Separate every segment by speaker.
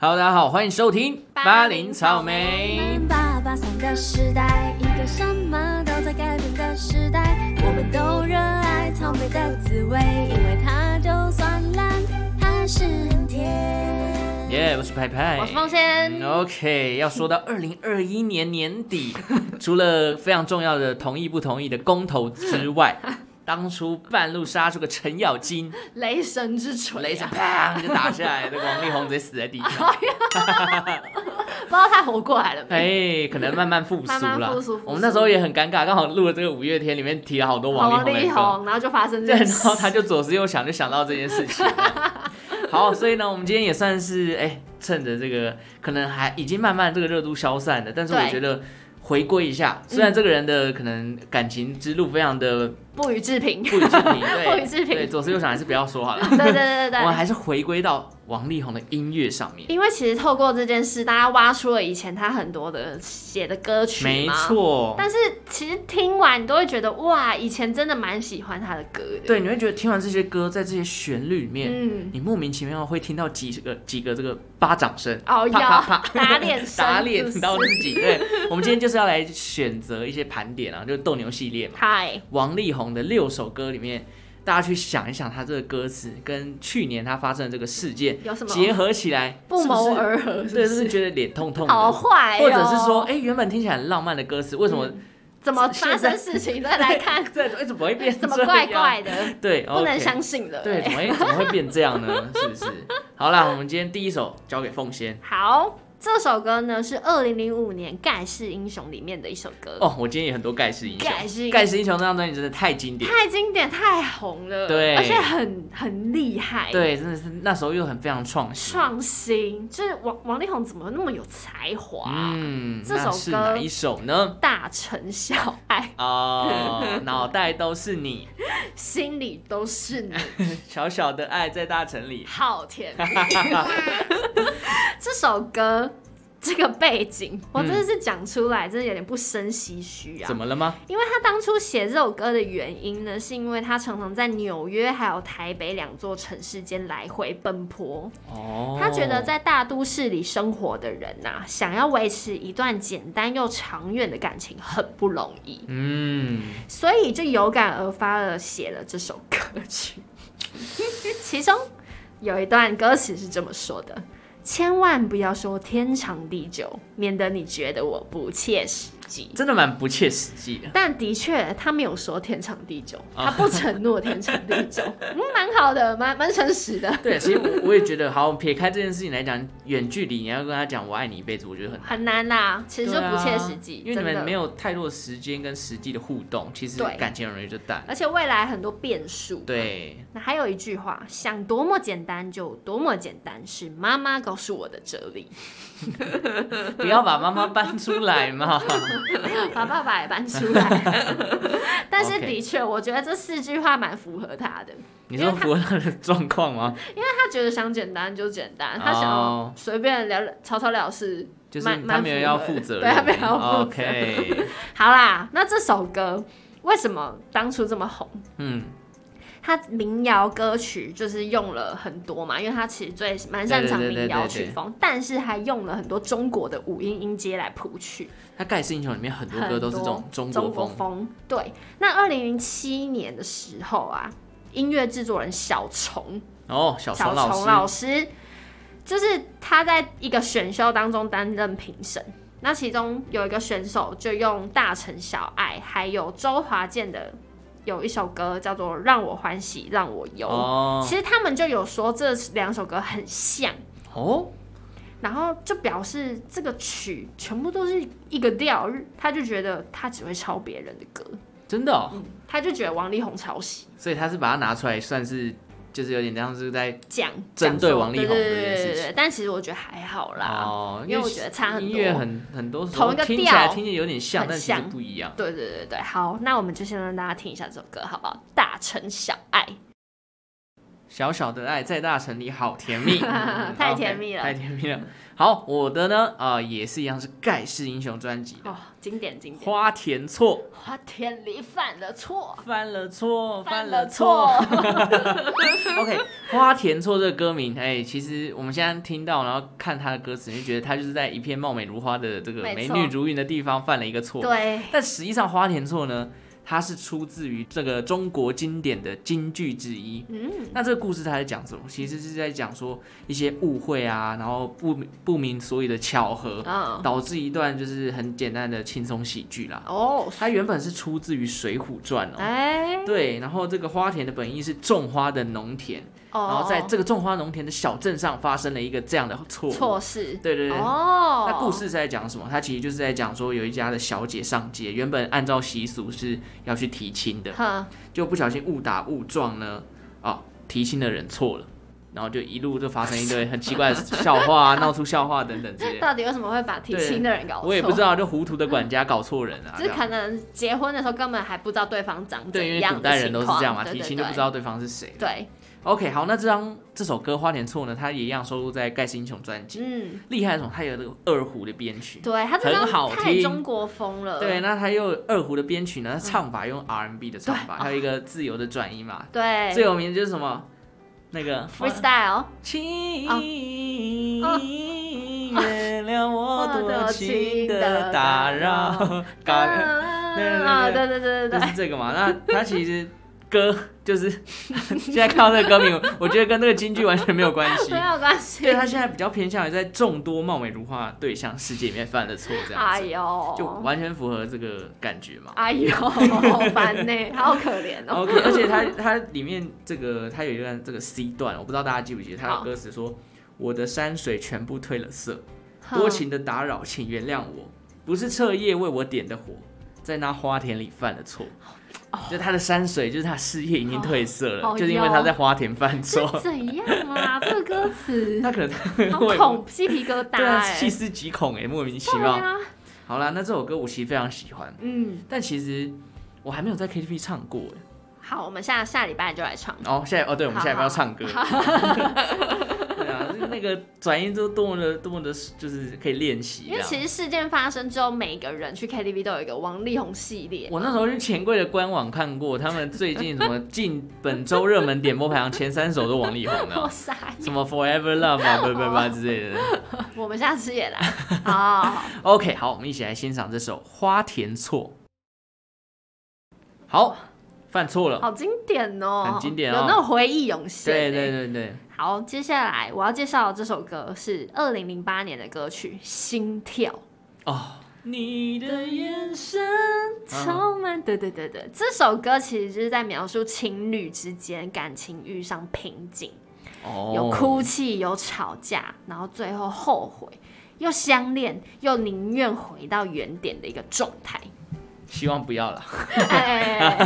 Speaker 1: Hello，大家好，欢迎收听
Speaker 2: 巴林草
Speaker 1: 莓
Speaker 2: 莓
Speaker 3: 们爸爸桑的时代，一个什么都在改变的时代。我们都热爱草莓的滋味，因为它就算烂，还是很甜。
Speaker 1: 耶我是派派，
Speaker 2: 我是风仙，
Speaker 1: OK，要说到二零二一年年 底，除了非常重要的同意不同意的公投之 外，当初半路杀出个程咬金，
Speaker 2: 雷神之 锤、
Speaker 1: 雷声
Speaker 2: 啊，
Speaker 1: 砰就打下来，那个王力宏直接死在地 上。
Speaker 2: 不知道他活过来了没？
Speaker 1: 哎，可能慢慢复苏了。
Speaker 2: 慢慢复苏复苏
Speaker 1: 我们那时候也很尴尬，刚好录了这个五月天，里面提了好多王力
Speaker 2: 王
Speaker 1: 宏
Speaker 2: 力
Speaker 1: 的歌。
Speaker 2: 宏，然后就发生
Speaker 1: 对，
Speaker 2: 这件
Speaker 1: 然
Speaker 2: 事
Speaker 1: 后，他就左思右想，就想到这件事情了。好，所以呢，我们今天也算是哎、趁着这个可能还已经慢慢这个热度消散了，但是我
Speaker 2: 对嗯
Speaker 1: 觉得回归一下，虽然这个人的可能感情之路非常的
Speaker 2: 不予置 评。
Speaker 1: 不予置 评，
Speaker 2: 不
Speaker 1: 对，
Speaker 2: 予置评
Speaker 1: 对，左思右想还是不要说好了。
Speaker 2: 对对 对对
Speaker 1: 我们
Speaker 2: 对。
Speaker 1: 还是回归到王力宏的音乐上面，
Speaker 2: 因为其实透过这件事，大家挖出了以前他很多的写的歌曲嘛
Speaker 1: 没。错。
Speaker 2: 但是其实听完你都会觉得，哇，以前真的蛮喜欢他的歌的。，
Speaker 1: 对，你会觉得听完这些歌，在这些旋律里面，
Speaker 2: 嗯，
Speaker 1: 你莫名其妙会听到几个几个这个巴掌声，
Speaker 2: 哦
Speaker 1: 啪
Speaker 2: 要
Speaker 1: 啪啪，
Speaker 2: 打脸声
Speaker 1: 打脸
Speaker 2: 是不是
Speaker 1: 到自己。对，我们今天就是要来选择一些盘点啊，就是斗牛系列嘛。
Speaker 2: 嗨，
Speaker 1: 王力宏的六首歌里面，大家去想一想，他这个歌词跟去年他发生的这个事件
Speaker 2: 有什么
Speaker 1: 结合起来，
Speaker 2: 不谋
Speaker 1: 是
Speaker 2: 而合，
Speaker 1: 不是，
Speaker 2: 是
Speaker 1: 对，
Speaker 2: 不
Speaker 1: 是不
Speaker 2: 是
Speaker 1: 是觉得脸痛痛
Speaker 2: 好
Speaker 1: 的？
Speaker 2: 坏哦，
Speaker 1: 或者是说，哎，原本听起来很浪漫的歌词，为什 么
Speaker 2: 怎么发
Speaker 1: 现在
Speaker 2: 生事情再 来看，
Speaker 1: 这怎么会变
Speaker 2: 怎么
Speaker 1: 这
Speaker 2: 怪
Speaker 1: 样
Speaker 2: 怪？的，
Speaker 1: 对，
Speaker 2: 不能
Speaker 1: OK
Speaker 2: 相信的。
Speaker 1: 对，
Speaker 2: 哎
Speaker 1: 怎么会怎么会变这样呢？是不是？好啦，我们今天第一首交给凤仙。
Speaker 2: 好，这首歌呢是二零零五年《盖世英雄》里面的一首歌，
Speaker 1: 哦，我今天也很多盖世英雄，
Speaker 2: 盖世英雄
Speaker 1: 盖世英雄那张专辑真的太经典，
Speaker 2: 太经典、太红了，
Speaker 1: 对
Speaker 2: 而且很很厉害，，
Speaker 1: 对，真的是那时候又很非常创新。
Speaker 2: 创新，就是王王力宏怎么那么有才华？
Speaker 1: 嗯，
Speaker 2: 啊这
Speaker 1: 那
Speaker 2: 首
Speaker 1: 是
Speaker 2: 歌
Speaker 1: 哪一首呢？
Speaker 2: 大城小爱，
Speaker 1: 哦，脑袋都是你，
Speaker 2: 心里都是你，
Speaker 1: 小小的爱在大城里。
Speaker 2: 好甜 蜜。这首歌。这个背景，我真的是讲出来，真的有点不生唏嘘啊
Speaker 1: 嗯怎！么了吗？
Speaker 2: 因为他当初写这首歌的原因呢，是因为他常常在纽约还有台北两座城市间来回奔波。
Speaker 1: 哦，
Speaker 2: 他觉得在大都市里生活的人呐、想要维持一段简单又长远的感情很不容易，
Speaker 1: 嗯，
Speaker 2: 所以就有感而发了写了这首歌曲。 其中有一段歌词是这么说的：“千万不要说天长地久，免得你觉得我不切实际。”
Speaker 1: 真的蛮不切实际的。
Speaker 2: 但的确，他没有说天长地久，
Speaker 1: 啊
Speaker 2: 他不承诺天长地 久，嗯，蛮好的，蛮蛮诚实的，
Speaker 1: 对，其实我我也觉得，好，撇开这件事情来讲，远距离你要跟他讲“我爱你一辈子”，我觉得很
Speaker 2: 很难啦，其实就
Speaker 1: 对啊
Speaker 2: 不切实际，
Speaker 1: 因为你
Speaker 2: 真的
Speaker 1: 们没。有太多的时间跟实际的互动，其实
Speaker 2: 对
Speaker 1: 感情很容易就淡。
Speaker 2: 而且未来很多变数，。
Speaker 1: 对，
Speaker 2: 那还有一句话，想多么简单就多么简单，是妈妈告诉我的哲理。
Speaker 1: 不要把妈妈搬出来 嘛。
Speaker 2: 把爸爸也搬出 来，但是
Speaker 1: OK
Speaker 2: 的确，我觉得这四句话蛮符合他的。
Speaker 1: 你说符合他的状况吗？
Speaker 2: 他觉得想简单就简单，他想
Speaker 1: 哦
Speaker 2: 要随便聊草草了事，
Speaker 1: 就是
Speaker 2: 蛮
Speaker 1: 他
Speaker 2: 蛮
Speaker 1: 没有
Speaker 2: 符
Speaker 1: 要
Speaker 2: 合
Speaker 1: 负
Speaker 2: 的
Speaker 1: 责任，
Speaker 2: 对他没有要负责。
Speaker 1: OK，
Speaker 2: 好啦，那这首歌为什么当初这么红？
Speaker 1: 嗯，
Speaker 2: 它民谣歌曲就是用了很多嘛，因为它其实最蛮擅长
Speaker 1: 对对对对
Speaker 2: 民谣
Speaker 1: 对
Speaker 2: 曲风，但是还用了很多中国的五音音阶来谱曲，
Speaker 1: 他《盖世英雄》里面很多
Speaker 2: 很
Speaker 1: 歌都
Speaker 2: 多
Speaker 1: 是这种中
Speaker 2: 国
Speaker 1: 国风。
Speaker 2: 风。对，那二零零七年的时候啊，音乐制作人小虫
Speaker 1: 哦，小
Speaker 2: 小
Speaker 1: 虫老
Speaker 2: 虫老
Speaker 1: 师，
Speaker 2: 师，就是他在一个选秀当中担任评审。那其中有一个选手就用大城小爱，还有周华健的有一首歌叫做《让我欢喜让我忧》，
Speaker 1: 哦
Speaker 2: 其实他们就有说这两首歌很像，
Speaker 1: 哦，
Speaker 2: 然后就表示这个曲全部都是一个调，他就觉得他只会抄别人的歌，
Speaker 1: 真的哦，
Speaker 2: 他就觉得王力宏抄袭，
Speaker 1: 所以他是把它拿出来，算是就是有点像是在
Speaker 2: 讲
Speaker 1: 针对
Speaker 2: 讲说
Speaker 1: 王力宏
Speaker 2: 对
Speaker 1: 这
Speaker 2: 对
Speaker 1: 件
Speaker 2: 对
Speaker 1: 事
Speaker 2: 对
Speaker 1: 情
Speaker 2: 对，但其实我觉得还好啦。
Speaker 1: 哦，
Speaker 2: 因为我觉得差很多
Speaker 1: 音乐很很多时候
Speaker 2: 同一个
Speaker 1: 听起来
Speaker 2: 调
Speaker 1: 听起来有点像，
Speaker 2: 很
Speaker 1: 但其实
Speaker 2: 像
Speaker 1: 不一样。
Speaker 2: 对对对对，好，那我们就先让大家听一下这首歌，好不好？大城小爱。
Speaker 1: 小小的爱在大城里好甜蜜，嗯
Speaker 2: 太甜蜜了
Speaker 1: OK，太 甜蜜了。好，我的呢，啊、也是一样是盖世英雄专辑的
Speaker 2: 哦，经典经
Speaker 1: 《
Speaker 2: 典，
Speaker 1: 花田错
Speaker 2: 花田里犯了错》，，
Speaker 1: 犯了错，
Speaker 2: 犯
Speaker 1: 犯
Speaker 2: 了
Speaker 1: 了
Speaker 2: 错
Speaker 1: 错。，OK，《 花田错》这个歌名，哎、其实我们现在听到，然后看它的歌词，你就觉得它就是在一片貌美如花的这个
Speaker 2: 没
Speaker 1: 美
Speaker 2: 错
Speaker 1: 女如云的地方犯了一个错。
Speaker 2: 对，
Speaker 1: 但实际上，《花田错》呢，它是出自于这个中国经典的京剧之一。
Speaker 2: 嗯，
Speaker 1: 那这个故事它在讲什么？其实是在讲说一些误会啊，然后不明不明所以的巧合，
Speaker 2: 嗯，
Speaker 1: 导致一段就是很简单的轻松喜剧啦。
Speaker 2: 哦，
Speaker 1: 它原本是出自于《水浒传》哦。
Speaker 2: 哎，
Speaker 1: 对，然后这个花田的本意是种花的农田，
Speaker 2: 哦，
Speaker 1: 然后在这个种花农田的小镇上发生了一个这样的错误。
Speaker 2: 错事，
Speaker 1: 对对对。
Speaker 2: 哦，
Speaker 1: 那故事是在讲什么？它其实就是在讲说，有一家的小姐上街，原本按照习俗是要去提亲的，
Speaker 2: 哼，
Speaker 1: 就不小心误打误撞呢，哦，提亲的人错了，然后就一路就发生一堆很奇怪的笑话啊，闹出笑话等等之 类的。
Speaker 2: 到底为什么会把提亲的人搞错？
Speaker 1: 我也不知，道，就糊涂的管家搞错人了、啊。
Speaker 2: 就是可能结婚的时候根本还不知道对方长
Speaker 1: 对，因
Speaker 2: 怎
Speaker 1: 为
Speaker 2: 样
Speaker 1: 古代人都是这样嘛，
Speaker 2: 的
Speaker 1: 提
Speaker 2: 情况
Speaker 1: 亲就不知。道对方是谁。
Speaker 2: 对
Speaker 1: OK，好，那这张这首歌《花田错》呢，它也一样收录在盖世英雄专辑
Speaker 2: 对对，。嗯，
Speaker 1: 厉害的种，它有那个二胡的编曲。
Speaker 2: 对他这
Speaker 1: 很
Speaker 2: 张
Speaker 1: 好
Speaker 2: 太
Speaker 1: 听
Speaker 2: 中国风了，
Speaker 1: 对，那它又有二胡的编曲呢，它唱法用 R&B 的唱法，
Speaker 2: 嗯对
Speaker 1: 还有一个自由的转音嘛。
Speaker 2: 对
Speaker 1: 最有名的就是什么？那个啊
Speaker 2: freestyle，哦
Speaker 1: 情 原谅我
Speaker 2: 我多
Speaker 1: 多
Speaker 2: 情
Speaker 1: 情
Speaker 2: 的
Speaker 1: 的打
Speaker 2: 打扰
Speaker 1: 扰，打扰，
Speaker 2: 啊，对对对对
Speaker 1: 就
Speaker 2: 对
Speaker 1: 是，这个嘛。那它其实歌就是现在看到这个歌名，我觉得跟这个京剧完全没有关 系
Speaker 2: 没。有关系
Speaker 1: 对，他现在比较偏向于在众多貌美如花的对象世界里面犯的错，这样
Speaker 2: 哎
Speaker 1: 子，
Speaker 2: 呦，
Speaker 1: 就完全符合这个感觉嘛。
Speaker 2: 哎呦，好烦呢， 好可怜哦。
Speaker 1: OK，而 且它它里面这个它有一段这个 C 段，我不知道大家记不记得，它
Speaker 2: 好
Speaker 1: 的歌词说：“我的山水全部褪了色，多情的打扰，请原谅我，不是彻夜为我点的火，在那花田里犯了错。”
Speaker 2: 哦
Speaker 1: 就他的山水，就是他事业已经褪色了，
Speaker 2: 好好
Speaker 1: 就是因为他在花田犯
Speaker 2: 是
Speaker 1: 错，
Speaker 2: 怎样 啊？这个歌词
Speaker 1: 他可 能
Speaker 2: 好
Speaker 1: 会
Speaker 2: 恐鸡皮疙瘩
Speaker 1: 对啊，
Speaker 2: 哎
Speaker 1: 细。思极恐哎，莫名其
Speaker 2: 对
Speaker 1: 妙。
Speaker 2: 啊，
Speaker 1: 好啦，那这首歌我其实非常喜欢，
Speaker 2: 嗯，
Speaker 1: 但其实我还没有在 KTV 唱过哎。
Speaker 2: 好，我们下下礼拜就来唱。
Speaker 1: 哦，下一哦，对，我们
Speaker 2: 好
Speaker 1: 下一步
Speaker 2: 好
Speaker 1: 要唱歌。 对啊，那个转音都多么的多么的，就是可以练习
Speaker 2: 因
Speaker 1: 这
Speaker 2: 为
Speaker 1: 样。
Speaker 2: 其实事件发生之后，每个人去 KTV 都有一个王力宏系列。
Speaker 1: 我那时候去钱柜的官网看过，他们最近什么进本周热门点播排行前三首都王力宏的
Speaker 2: 我
Speaker 1: 哦，
Speaker 2: 傻眼，
Speaker 1: 什么 Forever Love 啊，不不不之类 的。
Speaker 2: 我们下次 也来。好，
Speaker 1: OK，好，我们一起来欣赏这首《花田错》。好，犯错了，
Speaker 2: 好欸经典哦，
Speaker 1: 很经典哦
Speaker 2: 有那种回忆涌现。
Speaker 1: 对对。对对，
Speaker 2: 好，接下来我要介绍的这首歌是二零零八年的歌曲《心跳》。
Speaker 1: 哦，你的眼神，
Speaker 2: 充满，对对对对，这首歌其实就是在描述情侣之间感情遇上瓶颈，
Speaker 1: 哦，
Speaker 2: 有哭泣，有吵架，然后最后后悔，又相恋，又宁愿回到原点的一个状 态。
Speaker 1: 希望不要了。
Speaker 2: 哎，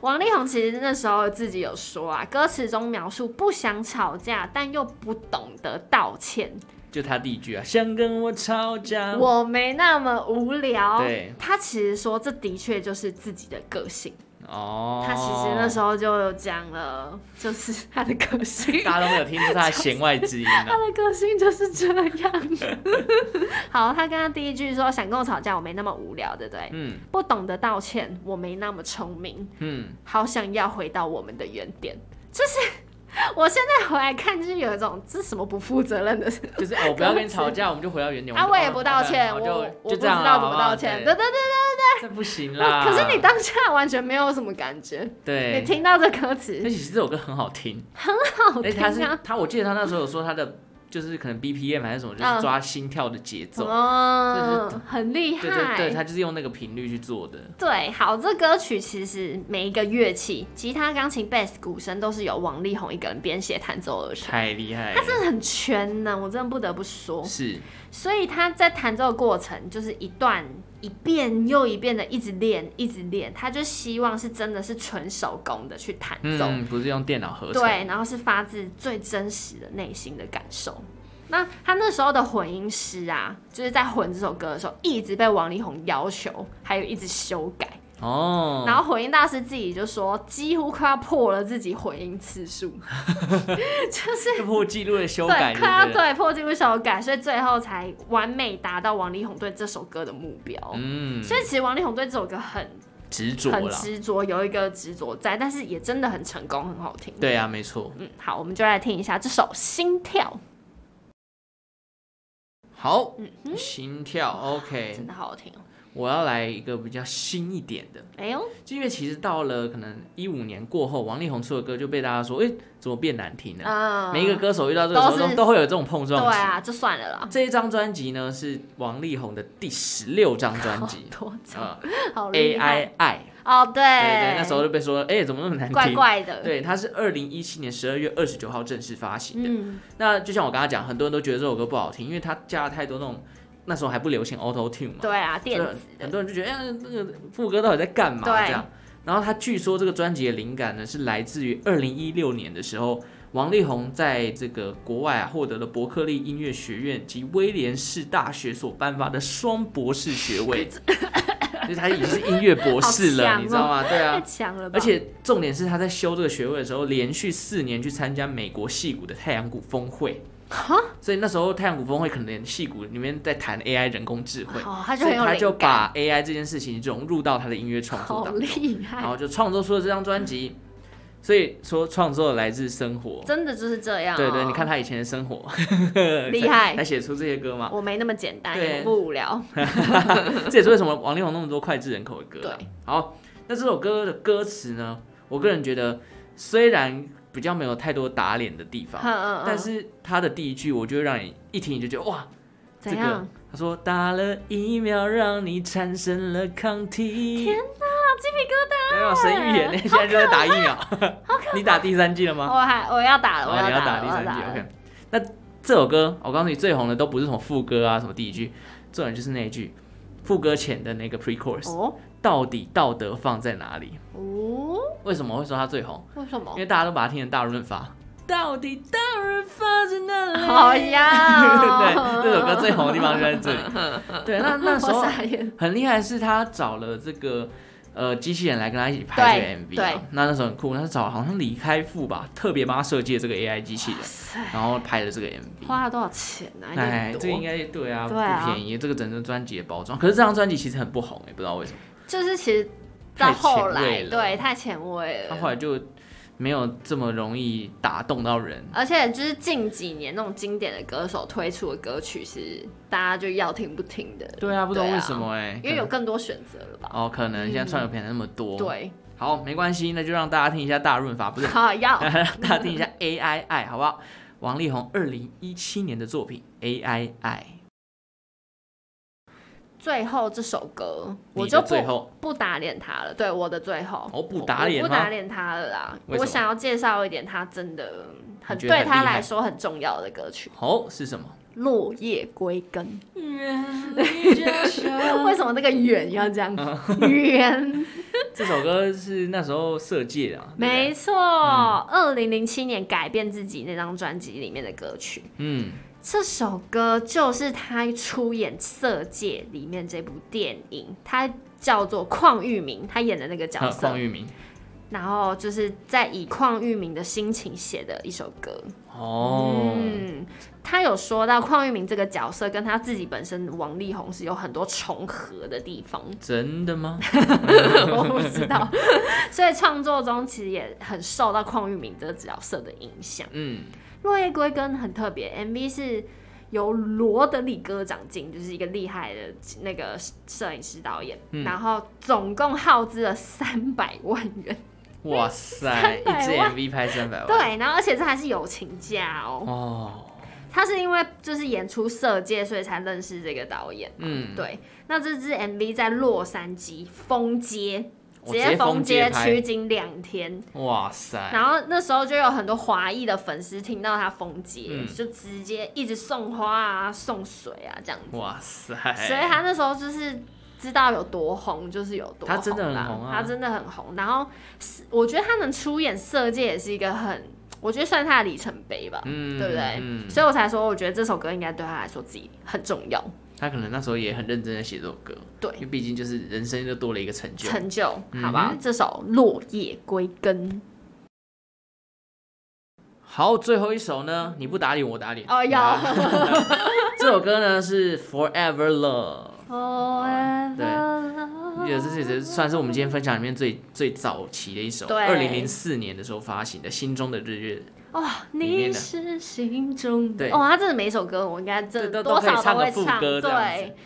Speaker 2: 王力宏其实那时候自己有说啊，歌词中描述不想吵架，但又不懂得道歉，
Speaker 1: 就他第一句啊，想跟我吵架，
Speaker 2: 我没那么无聊。
Speaker 1: 嗯对
Speaker 2: 他其实说这的确就是自己的个性。
Speaker 1: 哦，
Speaker 2: 他其实那时候就有讲了，就是他的个 性，
Speaker 1: 大家都没有听出他的弦外之音
Speaker 2: 他
Speaker 1: 啊。
Speaker 2: 的个性就是这样。 好，他跟他第一句说想跟我吵架，我没那么无聊，对不对？
Speaker 1: 嗯
Speaker 2: 不懂得道歉，我没那么聪明，
Speaker 1: 嗯，
Speaker 2: 好想要回到我们的原点，就是 我现在回来看，就是有一种这是什么不负责任的事。
Speaker 1: 就是哦，不要跟你吵 架，我们就回到原点。
Speaker 2: 啊，
Speaker 1: 们
Speaker 2: 我也不道歉，
Speaker 1: 哦
Speaker 2: 我
Speaker 1: 就
Speaker 2: 我
Speaker 1: 就
Speaker 2: 不知
Speaker 1: 这样啊
Speaker 2: 道
Speaker 1: 好
Speaker 2: 怎么
Speaker 1: 不好
Speaker 2: 道歉，对
Speaker 1: 对，
Speaker 2: 对对。
Speaker 1: 这不行啦。
Speaker 2: 可是你当下完全没有什么感觉，你
Speaker 1: 对，
Speaker 2: 听到这歌词
Speaker 1: 那，其实这首歌很好听，
Speaker 2: 好
Speaker 1: 而且他是
Speaker 2: 听啊。
Speaker 1: 他，我记得他那时候有说他的就是可能 BPM 还是什么，就是抓心跳的节奏。
Speaker 2: 嗯哦
Speaker 1: 就是，
Speaker 2: 很厉害。
Speaker 1: 对对对，他就是用那个频率去做的。
Speaker 2: 对好，这歌曲其实每一个乐器，吉他、钢琴、贝斯、鼓声都是由王力宏一个人编写、弹奏而成。
Speaker 1: 太厉害
Speaker 2: 他真
Speaker 1: 了，
Speaker 2: 的很全能，我真的不得不说。
Speaker 1: 是
Speaker 2: 所以他在弹奏的过程，就是一段一遍又一遍的一直练，一直练。他就希望是真的是纯手工的去弹奏。
Speaker 1: 嗯，不是用电脑合成，
Speaker 2: 对，然后是发自最真实的内心的感受。那他那时候的混音师啊，就是在混这首歌的时候，一直被王力宏要求，还有一直修改，
Speaker 1: 哦，
Speaker 2: 然后混音大师自己就说，几乎快要破了自己混音次 数，就是
Speaker 1: 这破纪录的修改
Speaker 2: 对，
Speaker 1: 就
Speaker 2: 快要
Speaker 1: 对了，
Speaker 2: 对破纪录修改，所以最后才完美达到王力宏对这首歌的目标。
Speaker 1: 嗯，
Speaker 2: 所以其实王力宏对这首歌很
Speaker 1: 执着
Speaker 2: 很
Speaker 1: 啦，
Speaker 2: 执着，有一个执着在，但是也真的很成功，很好听。
Speaker 1: 对啊，没错。
Speaker 2: 嗯，好，我们就来听一下这首《心跳
Speaker 1: 好，》，
Speaker 2: 嗯哼，
Speaker 1: 心跳，OK，
Speaker 2: 真的好好听哦。
Speaker 1: 我要来一个比较新一点的，
Speaker 2: 哎呦，
Speaker 1: 就因为其实到了可能一五年过后，王力宏出的歌就被大家说，哎、怎么变难听了？
Speaker 2: 嗯，
Speaker 1: 每一个歌手遇到这个时候
Speaker 2: 都
Speaker 1: 都
Speaker 2: 是
Speaker 1: 都会有这种碰
Speaker 2: 对
Speaker 1: 撞期。
Speaker 2: 啊，就算了啦，
Speaker 1: 这一张专辑呢是王力宏的第十六张专辑，
Speaker 2: 多张，
Speaker 1: 呃
Speaker 2: 好厉害
Speaker 1: ，AI 爱，
Speaker 2: 哦，对
Speaker 1: 对对，那时候就被说，哎、怎么那么难听？
Speaker 2: 怪怪的，，
Speaker 1: 对，它是二零一七年十二月二十九号正式发行的。
Speaker 2: 嗯，
Speaker 1: 那就像我刚刚讲，很多人都觉得这首歌不好听，因为它加了太多那种那时候还不流行 Auto Tune 嘛，
Speaker 2: 对啊，
Speaker 1: 所以
Speaker 2: 电子
Speaker 1: 很
Speaker 2: 的，
Speaker 1: 多人就觉得，哎、那个副歌到底在干嘛
Speaker 2: 对
Speaker 1: 这样？然后他据说这个专辑的灵感呢，是来自于二零一六年的时候，王力宏在这个国外啊获得了伯克利音乐学院及威廉士大学所颁发的双博士学位，就是他已经是音乐博士
Speaker 2: 好
Speaker 1: 了，
Speaker 2: 强哦
Speaker 1: 你知道吗？对
Speaker 2: 太
Speaker 1: 啊。
Speaker 2: 强了吧，
Speaker 1: 而且重点是他在修这个学位的时候，连续四年去参加美国戏谷的太阳谷峰会，
Speaker 2: 哈，
Speaker 1: 所以那时候太阳谷峰会可能连戏谷里面在谈 AI 人工智慧，
Speaker 2: 哦，他就
Speaker 1: 所以
Speaker 2: 很有
Speaker 1: 他就
Speaker 2: 灵感，
Speaker 1: 把 AI 这件事情融入到他的音乐创作
Speaker 2: 好
Speaker 1: 当中，
Speaker 2: 厉
Speaker 1: 然后
Speaker 2: 害，
Speaker 1: 就创作出了这张专辑。所以说，创作来自生活。
Speaker 2: 真的就是这样，哦
Speaker 1: 对对，你看，他以前的生活，
Speaker 2: 厉害
Speaker 1: 才才写出这些歌嘛。
Speaker 2: 我没那么简单，
Speaker 1: 对
Speaker 2: 也不无聊，
Speaker 1: 这也是为什么王力宏那么多脍炙人口的歌。啊
Speaker 2: 对，
Speaker 1: 好，那这首歌的歌词呢，我个人觉得虽然比较没有太多打脸的地
Speaker 2: 嗯
Speaker 1: 方，
Speaker 2: 嗯嗯，
Speaker 1: 但是他的第一句，我就会让你一听你就觉得哇，
Speaker 2: 怎
Speaker 1: 这个啊
Speaker 2: 样？
Speaker 1: 他说打了疫苗让你产生了抗体。天
Speaker 2: 啊，鸡皮疙瘩，
Speaker 1: 没有神预言呢，现在就在打疫苗。 你打第三剂了吗？
Speaker 2: 我还我要打了，
Speaker 1: 哦
Speaker 2: 我
Speaker 1: 你要
Speaker 2: 打了，
Speaker 1: 第
Speaker 2: 我要
Speaker 1: 三剂
Speaker 2: 打。了
Speaker 1: OK，那这首歌我告诉你，最红的都不是什么副歌啊，什么第一句，重点就是那一句副歌前的那个 pre chorus，
Speaker 2: 哦
Speaker 1: 到底道德放在哪里？
Speaker 2: 哦，
Speaker 1: 为什么会说它最红？
Speaker 2: 为什么
Speaker 1: 因？为大家都把它听成大润发。到底大润发在哪里？
Speaker 2: 好呀，
Speaker 1: 哎
Speaker 2: 哦
Speaker 1: 对，这首歌最红的地方就在这里。 对，那那时候
Speaker 2: 我傻眼
Speaker 1: 很厉害的是，他找了这个呃机器人来跟他一起拍这
Speaker 2: 对
Speaker 1: 个 MV
Speaker 2: 对
Speaker 1: 啊。那那时候很酷，他是找好像李开复吧，特别帮他设计的这个 AI 机器人，然后拍的这个 MV。
Speaker 2: 花了多少钱啊呢？
Speaker 1: 哎，这个应
Speaker 2: 该
Speaker 1: 该对啊，
Speaker 2: 对啊
Speaker 1: 不便宜。这个整张专辑的包装，可是这张专辑其实很不红，也不知道为什么。
Speaker 2: 就是其实到后
Speaker 1: 太前
Speaker 2: 来
Speaker 1: 卫，了
Speaker 2: 对，太前卫
Speaker 1: 他
Speaker 2: 了。
Speaker 1: 后来就没有这么容易打动到人。
Speaker 2: 而且就是近几年那种经典的歌手推出的歌曲，其实大家就要听不听的。
Speaker 1: 对啊，不知道为什么哎、
Speaker 2: 因为有更多选择了吧？
Speaker 1: 哦，可能现在串流平台那么多。，
Speaker 2: 对，
Speaker 1: 好，没关系，那就让大家听一下大润哦发，不是
Speaker 2: 好要
Speaker 1: 大家听一下 AI I 好不好？王力宏二零一七年的作品 AI I，
Speaker 2: 最后这首歌，
Speaker 1: 你
Speaker 2: 我
Speaker 1: 的
Speaker 2: 就
Speaker 1: 最
Speaker 2: 不
Speaker 1: 后
Speaker 2: 不打脸他了。对，我的最后，
Speaker 1: 哦不打脸
Speaker 2: 我
Speaker 1: 吗
Speaker 2: 不打脸他了啦。
Speaker 1: 为什么
Speaker 2: 我想要介绍一点他真的很
Speaker 1: 你觉得很
Speaker 2: 对他
Speaker 1: 厉害
Speaker 2: 来说很重要的歌曲
Speaker 1: 哦是什么？
Speaker 2: 《落叶归 根》。为什么那个远要 这样？远，
Speaker 1: 这首歌是那时候色戒啊，对不对
Speaker 2: 没错，二零零七年改变自己那张专辑里面的歌曲。
Speaker 1: 嗯，
Speaker 2: 这首歌就是他出演《色戒》里面这部电影，他叫做邝裕民，他演的那个角
Speaker 1: 还有
Speaker 2: 色。
Speaker 1: 邝裕民
Speaker 2: 然后就是在以邝裕民的心情写的一首歌。
Speaker 1: 哦，
Speaker 2: 嗯，他有说到邝裕民这个角色跟他自己本身王力宏是有很多重合的地方，
Speaker 1: 真的吗？
Speaker 2: 我不知道。所以创作中其实也很受到邝裕民这个角色的影响。
Speaker 1: 嗯，
Speaker 2: 落叶归根很特别，MV 是由罗德里戈掌镜，就是一个厉害的那个摄影师导演，
Speaker 1: 嗯
Speaker 2: 然后总共耗资了三百万元。
Speaker 1: 哇塞，一
Speaker 2: 300万
Speaker 1: 支 MV 拍三百万，，
Speaker 2: 对，然后而且这还是友情价哦。
Speaker 1: 哦，
Speaker 2: 他是因为就是演出色戒，所以才认识这个导演。
Speaker 1: 嗯，
Speaker 2: 对，那这支 MV 在洛杉矶封街，
Speaker 1: 我
Speaker 2: 直
Speaker 1: 直接
Speaker 2: 封
Speaker 1: 封街拍
Speaker 2: 取景两天。
Speaker 1: 哇塞，
Speaker 2: 然后那时候就有很多华裔的粉丝听到他封街，
Speaker 1: 嗯
Speaker 2: 就直接一直送花啊、送水啊这样子。
Speaker 1: 哇塞，
Speaker 2: 所以他那时候就是知道有多红，就是有多红啦。
Speaker 1: 他真的很红啊
Speaker 2: 他真的很红。然后是我觉得他能出演《色戒》也是一个很，我觉得算是他的里程碑吧，
Speaker 1: 嗯
Speaker 2: 对不对？
Speaker 1: 嗯
Speaker 2: 所以我才说，我觉得这首歌应该对他来说自己很重要。
Speaker 1: 他可能那时候也很认真的写这首歌，
Speaker 2: 对
Speaker 1: 因为毕竟就是人生又多了一个成就。
Speaker 2: 成就，
Speaker 1: 嗯
Speaker 2: 好不好？这首《落叶归根》
Speaker 1: 好，最后一首呢，你不打脸我打脸。
Speaker 2: 哦哟
Speaker 1: 这首歌呢是 Forever Love。对
Speaker 2: Forever
Speaker 1: 也是这也算是我们今天分享里面最最早期的一首，
Speaker 2: 对
Speaker 1: 二零零四年的时候发行的《心中的日月
Speaker 2: 哇，
Speaker 1: 里面
Speaker 2: 你
Speaker 1: 的
Speaker 2: 是心中的哦
Speaker 1: 对
Speaker 2: 哇，他真的每一首歌我应该》，真
Speaker 1: 这都
Speaker 2: 的
Speaker 1: 都
Speaker 2: 多
Speaker 1: 可以
Speaker 2: 少
Speaker 1: 唱
Speaker 2: 都
Speaker 1: 个
Speaker 2: 会
Speaker 1: 副
Speaker 2: 唱，
Speaker 1: 歌这样子
Speaker 2: 对。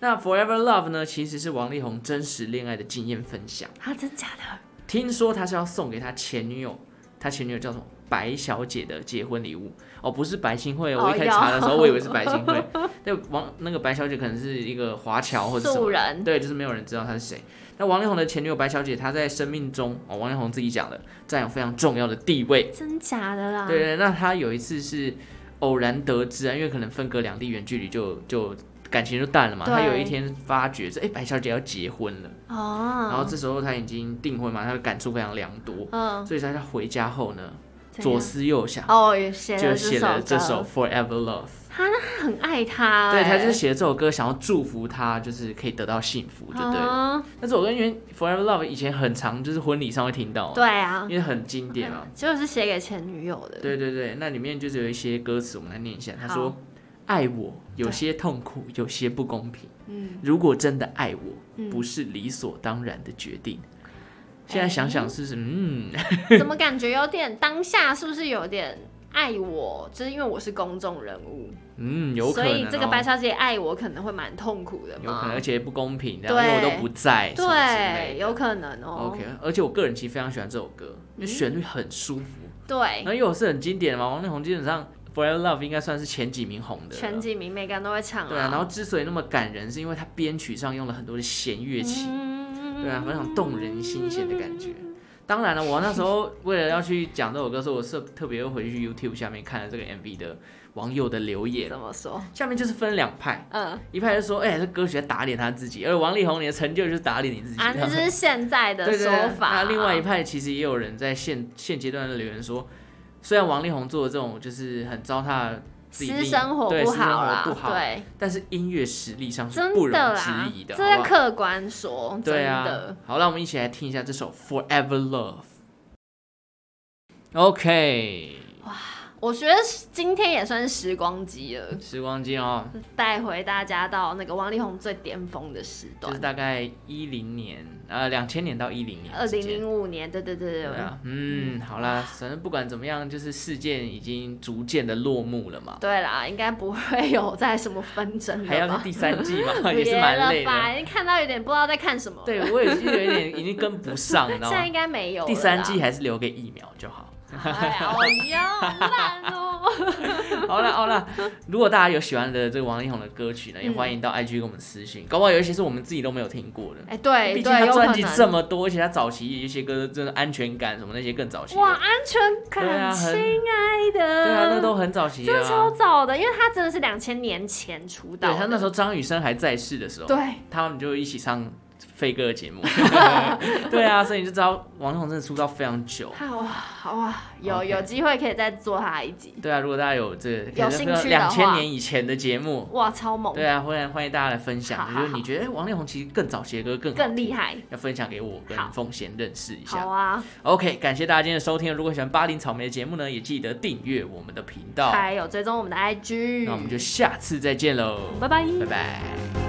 Speaker 1: 那 Forever Love 呢，其实是王力宏真实恋爱的经验分享。
Speaker 2: 啊，真假的？
Speaker 1: 听说他是要送给他前女友，他前女友叫什么？白小姐的结婚礼物哦，不是白新会哦。
Speaker 2: 哦
Speaker 1: 我一开始查的时候，我以为是白新会， 但王那个白小姐可能是一个华侨或者什
Speaker 2: 素
Speaker 1: 么的
Speaker 2: 人
Speaker 1: 对，就是没有人知道她是谁。那王力宏的前女友白小姐，她在生命中哦，王力宏自己讲的，占有非常重要的地位。
Speaker 2: 真假的啦？
Speaker 1: 对，那他有一次是偶然得知啊，因为可能分隔两地远距离就就感情就淡了嘛。
Speaker 2: 对
Speaker 1: 他有一天发觉说，哎、白小姐要结婚了，然后
Speaker 2: 哦，
Speaker 1: 这时候他已经订婚嘛，他的感触非常良多，
Speaker 2: 嗯，
Speaker 1: 所以他在回家后呢，
Speaker 2: 怎
Speaker 1: 左
Speaker 2: 样
Speaker 1: 思右想，
Speaker 2: 哦，也写
Speaker 1: 就
Speaker 2: 了
Speaker 1: 写了这
Speaker 2: 这
Speaker 1: 首
Speaker 2: 首
Speaker 1: 《
Speaker 2: 歌，
Speaker 1: Forever Love》。
Speaker 2: 他很爱他，
Speaker 1: 对，他
Speaker 2: 哎
Speaker 1: 就写了这首歌，想要祝福他，就是可以得到幸福，就对了。
Speaker 2: 啊
Speaker 1: 那这首歌因为《Forever Love》以前很常就是婚礼上会听到，
Speaker 2: 对，啊
Speaker 1: 因，为很经典啊。
Speaker 2: 就是写给前女友的，
Speaker 1: 对对对，那里面就是有一些歌词，我们来念一下。他
Speaker 2: 好
Speaker 1: 说：“爱我有些痛苦，有些不公平。
Speaker 2: 嗯，
Speaker 1: 如果真的爱我，
Speaker 2: 嗯
Speaker 1: 不是理所当然的决定。”现在想想是什么？嗯，
Speaker 2: 怎么感觉有点当下是不是有点爱我？就是因为我是公众人物，
Speaker 1: 嗯，有可
Speaker 2: 所
Speaker 1: 能、哦。
Speaker 2: 以这个白小姐爱我可能会蛮痛苦的
Speaker 1: 有可能，
Speaker 2: 嘛
Speaker 1: 而，且不公平，然后
Speaker 2: 嗯对
Speaker 1: 因为我都不在，什么之类
Speaker 2: 对，
Speaker 1: 的
Speaker 2: 有可能哦
Speaker 1: OK，而且我个人其实非常喜欢这首歌，因为旋律很舒服，
Speaker 2: 对
Speaker 1: 然，后又是很经典的嘛。王力宏基本上《Forever Love》应该算是前几名红的了，
Speaker 2: 全景明每个人都会唱
Speaker 1: 对啊。然后之所以那么感人，是因为它编曲上用了很多的弦乐器，
Speaker 2: 嗯
Speaker 1: 对啊，非常动人心弦的感觉。当然了，我那时 候为了要去讲这首歌的时候，我是特别又回去 YouTube 下面看了这个 MV 的网友的留言
Speaker 2: 怎，么说？
Speaker 1: 下面就是分两派，
Speaker 2: 嗯，
Speaker 1: 一派就说，哎、这歌曲在打脸他自己，而王力宏你的成就就是打脸你自己。
Speaker 2: 啊，这是现在的
Speaker 1: 对对对
Speaker 2: 说法。啊
Speaker 1: 那另外一派其实也有人在现现阶段的留言说，虽然王力宏做的这种就是很糟蹋自己
Speaker 2: 私生活
Speaker 1: 对
Speaker 2: 不
Speaker 1: 私生
Speaker 2: 好啦，
Speaker 1: 活不好
Speaker 2: 对，
Speaker 1: 但是音乐实力上是
Speaker 2: 真
Speaker 1: 不容
Speaker 2: 的
Speaker 1: 置
Speaker 2: 啦
Speaker 1: 疑，的，
Speaker 2: 这
Speaker 1: 好不
Speaker 2: 要
Speaker 1: 好
Speaker 2: 客观说，真
Speaker 1: 对啊
Speaker 2: 的。，
Speaker 1: 好，让我们一起来听一下这首《Forever Love》。OK，
Speaker 2: 我觉得今天也算是时光机了，
Speaker 1: 时光机哦，
Speaker 2: 带回大家到那个王力宏最巅峰的时
Speaker 1: 就
Speaker 2: 段
Speaker 1: 是，大概一零年，呃，两千年到一零年，
Speaker 2: 二零零。五年，对对对
Speaker 1: 对
Speaker 2: 对
Speaker 1: 啊，嗯，好啦，反正不管怎么样，就是事件已经逐渐的落幕了嘛，
Speaker 2: 对啦，应该不会有在什么纷争
Speaker 1: 还要
Speaker 2: 了
Speaker 1: 是
Speaker 2: 吧？
Speaker 1: 第三季 嘛，也
Speaker 2: 别
Speaker 1: 是蛮累
Speaker 2: 了吧，
Speaker 1: 的。
Speaker 2: 已经看到有点不知道在看什么了。
Speaker 1: 对，我也是有一点已经跟不上，你知道
Speaker 2: 现 在
Speaker 1: 吗
Speaker 2: 应？该没有了
Speaker 1: 第
Speaker 2: 啦
Speaker 1: 三季还是留给疫苗就好。
Speaker 2: 哎呀，我一样好烂哦。
Speaker 1: 好了好了，如果大家有喜欢的这个王力宏的歌曲呢，
Speaker 2: 嗯
Speaker 1: 也欢迎到 IG 给我们私讯，搞不好有一些是我们自己都没有听过的。
Speaker 2: 哎，对
Speaker 1: 毕竟他
Speaker 2: 对，有可
Speaker 1: 专辑这
Speaker 2: 能。
Speaker 1: 么多，而且他早期有一些歌真的安全感什么那些更早期的。
Speaker 2: 哇，安全
Speaker 1: 对啊
Speaker 2: 感，
Speaker 1: 很
Speaker 2: 亲爱的。
Speaker 1: 对啊，那都很早期
Speaker 2: 真
Speaker 1: 的
Speaker 2: 的超
Speaker 1: 啊。
Speaker 2: 早的，因为他真的是两千年前出道
Speaker 1: 对
Speaker 2: 的。
Speaker 1: 他那时候张雨生还在世的时候，
Speaker 2: 对
Speaker 1: 他们就一起上飞哥的节 目。对啊，所以你就知道王力宏真的出道非常久。
Speaker 2: 他哇好哇，有
Speaker 1: OK
Speaker 2: 有机会可以再做他一集，
Speaker 1: 对啊，如果大家有这
Speaker 2: 有兴趣的
Speaker 1: 两
Speaker 2: 话
Speaker 1: 千年以前的节目，
Speaker 2: 哇超猛，
Speaker 1: 对啊，欢迎欢迎大家来分享，
Speaker 2: 好好
Speaker 1: 就是你觉得哎王力宏其实更早期的歌更好
Speaker 2: 更厉
Speaker 1: 听，
Speaker 2: 害，
Speaker 1: 要分享给我跟
Speaker 2: 好
Speaker 1: 凤贤认识一下
Speaker 2: 好。啊，
Speaker 1: OK，感谢大家今天的收听。如果喜欢巴林草莓的节目呢，也记得订阅我们的频道。
Speaker 2: 还有追踪我们的 IG，
Speaker 1: 那我们就下次再见喽，
Speaker 2: 拜拜。
Speaker 1: 拜拜。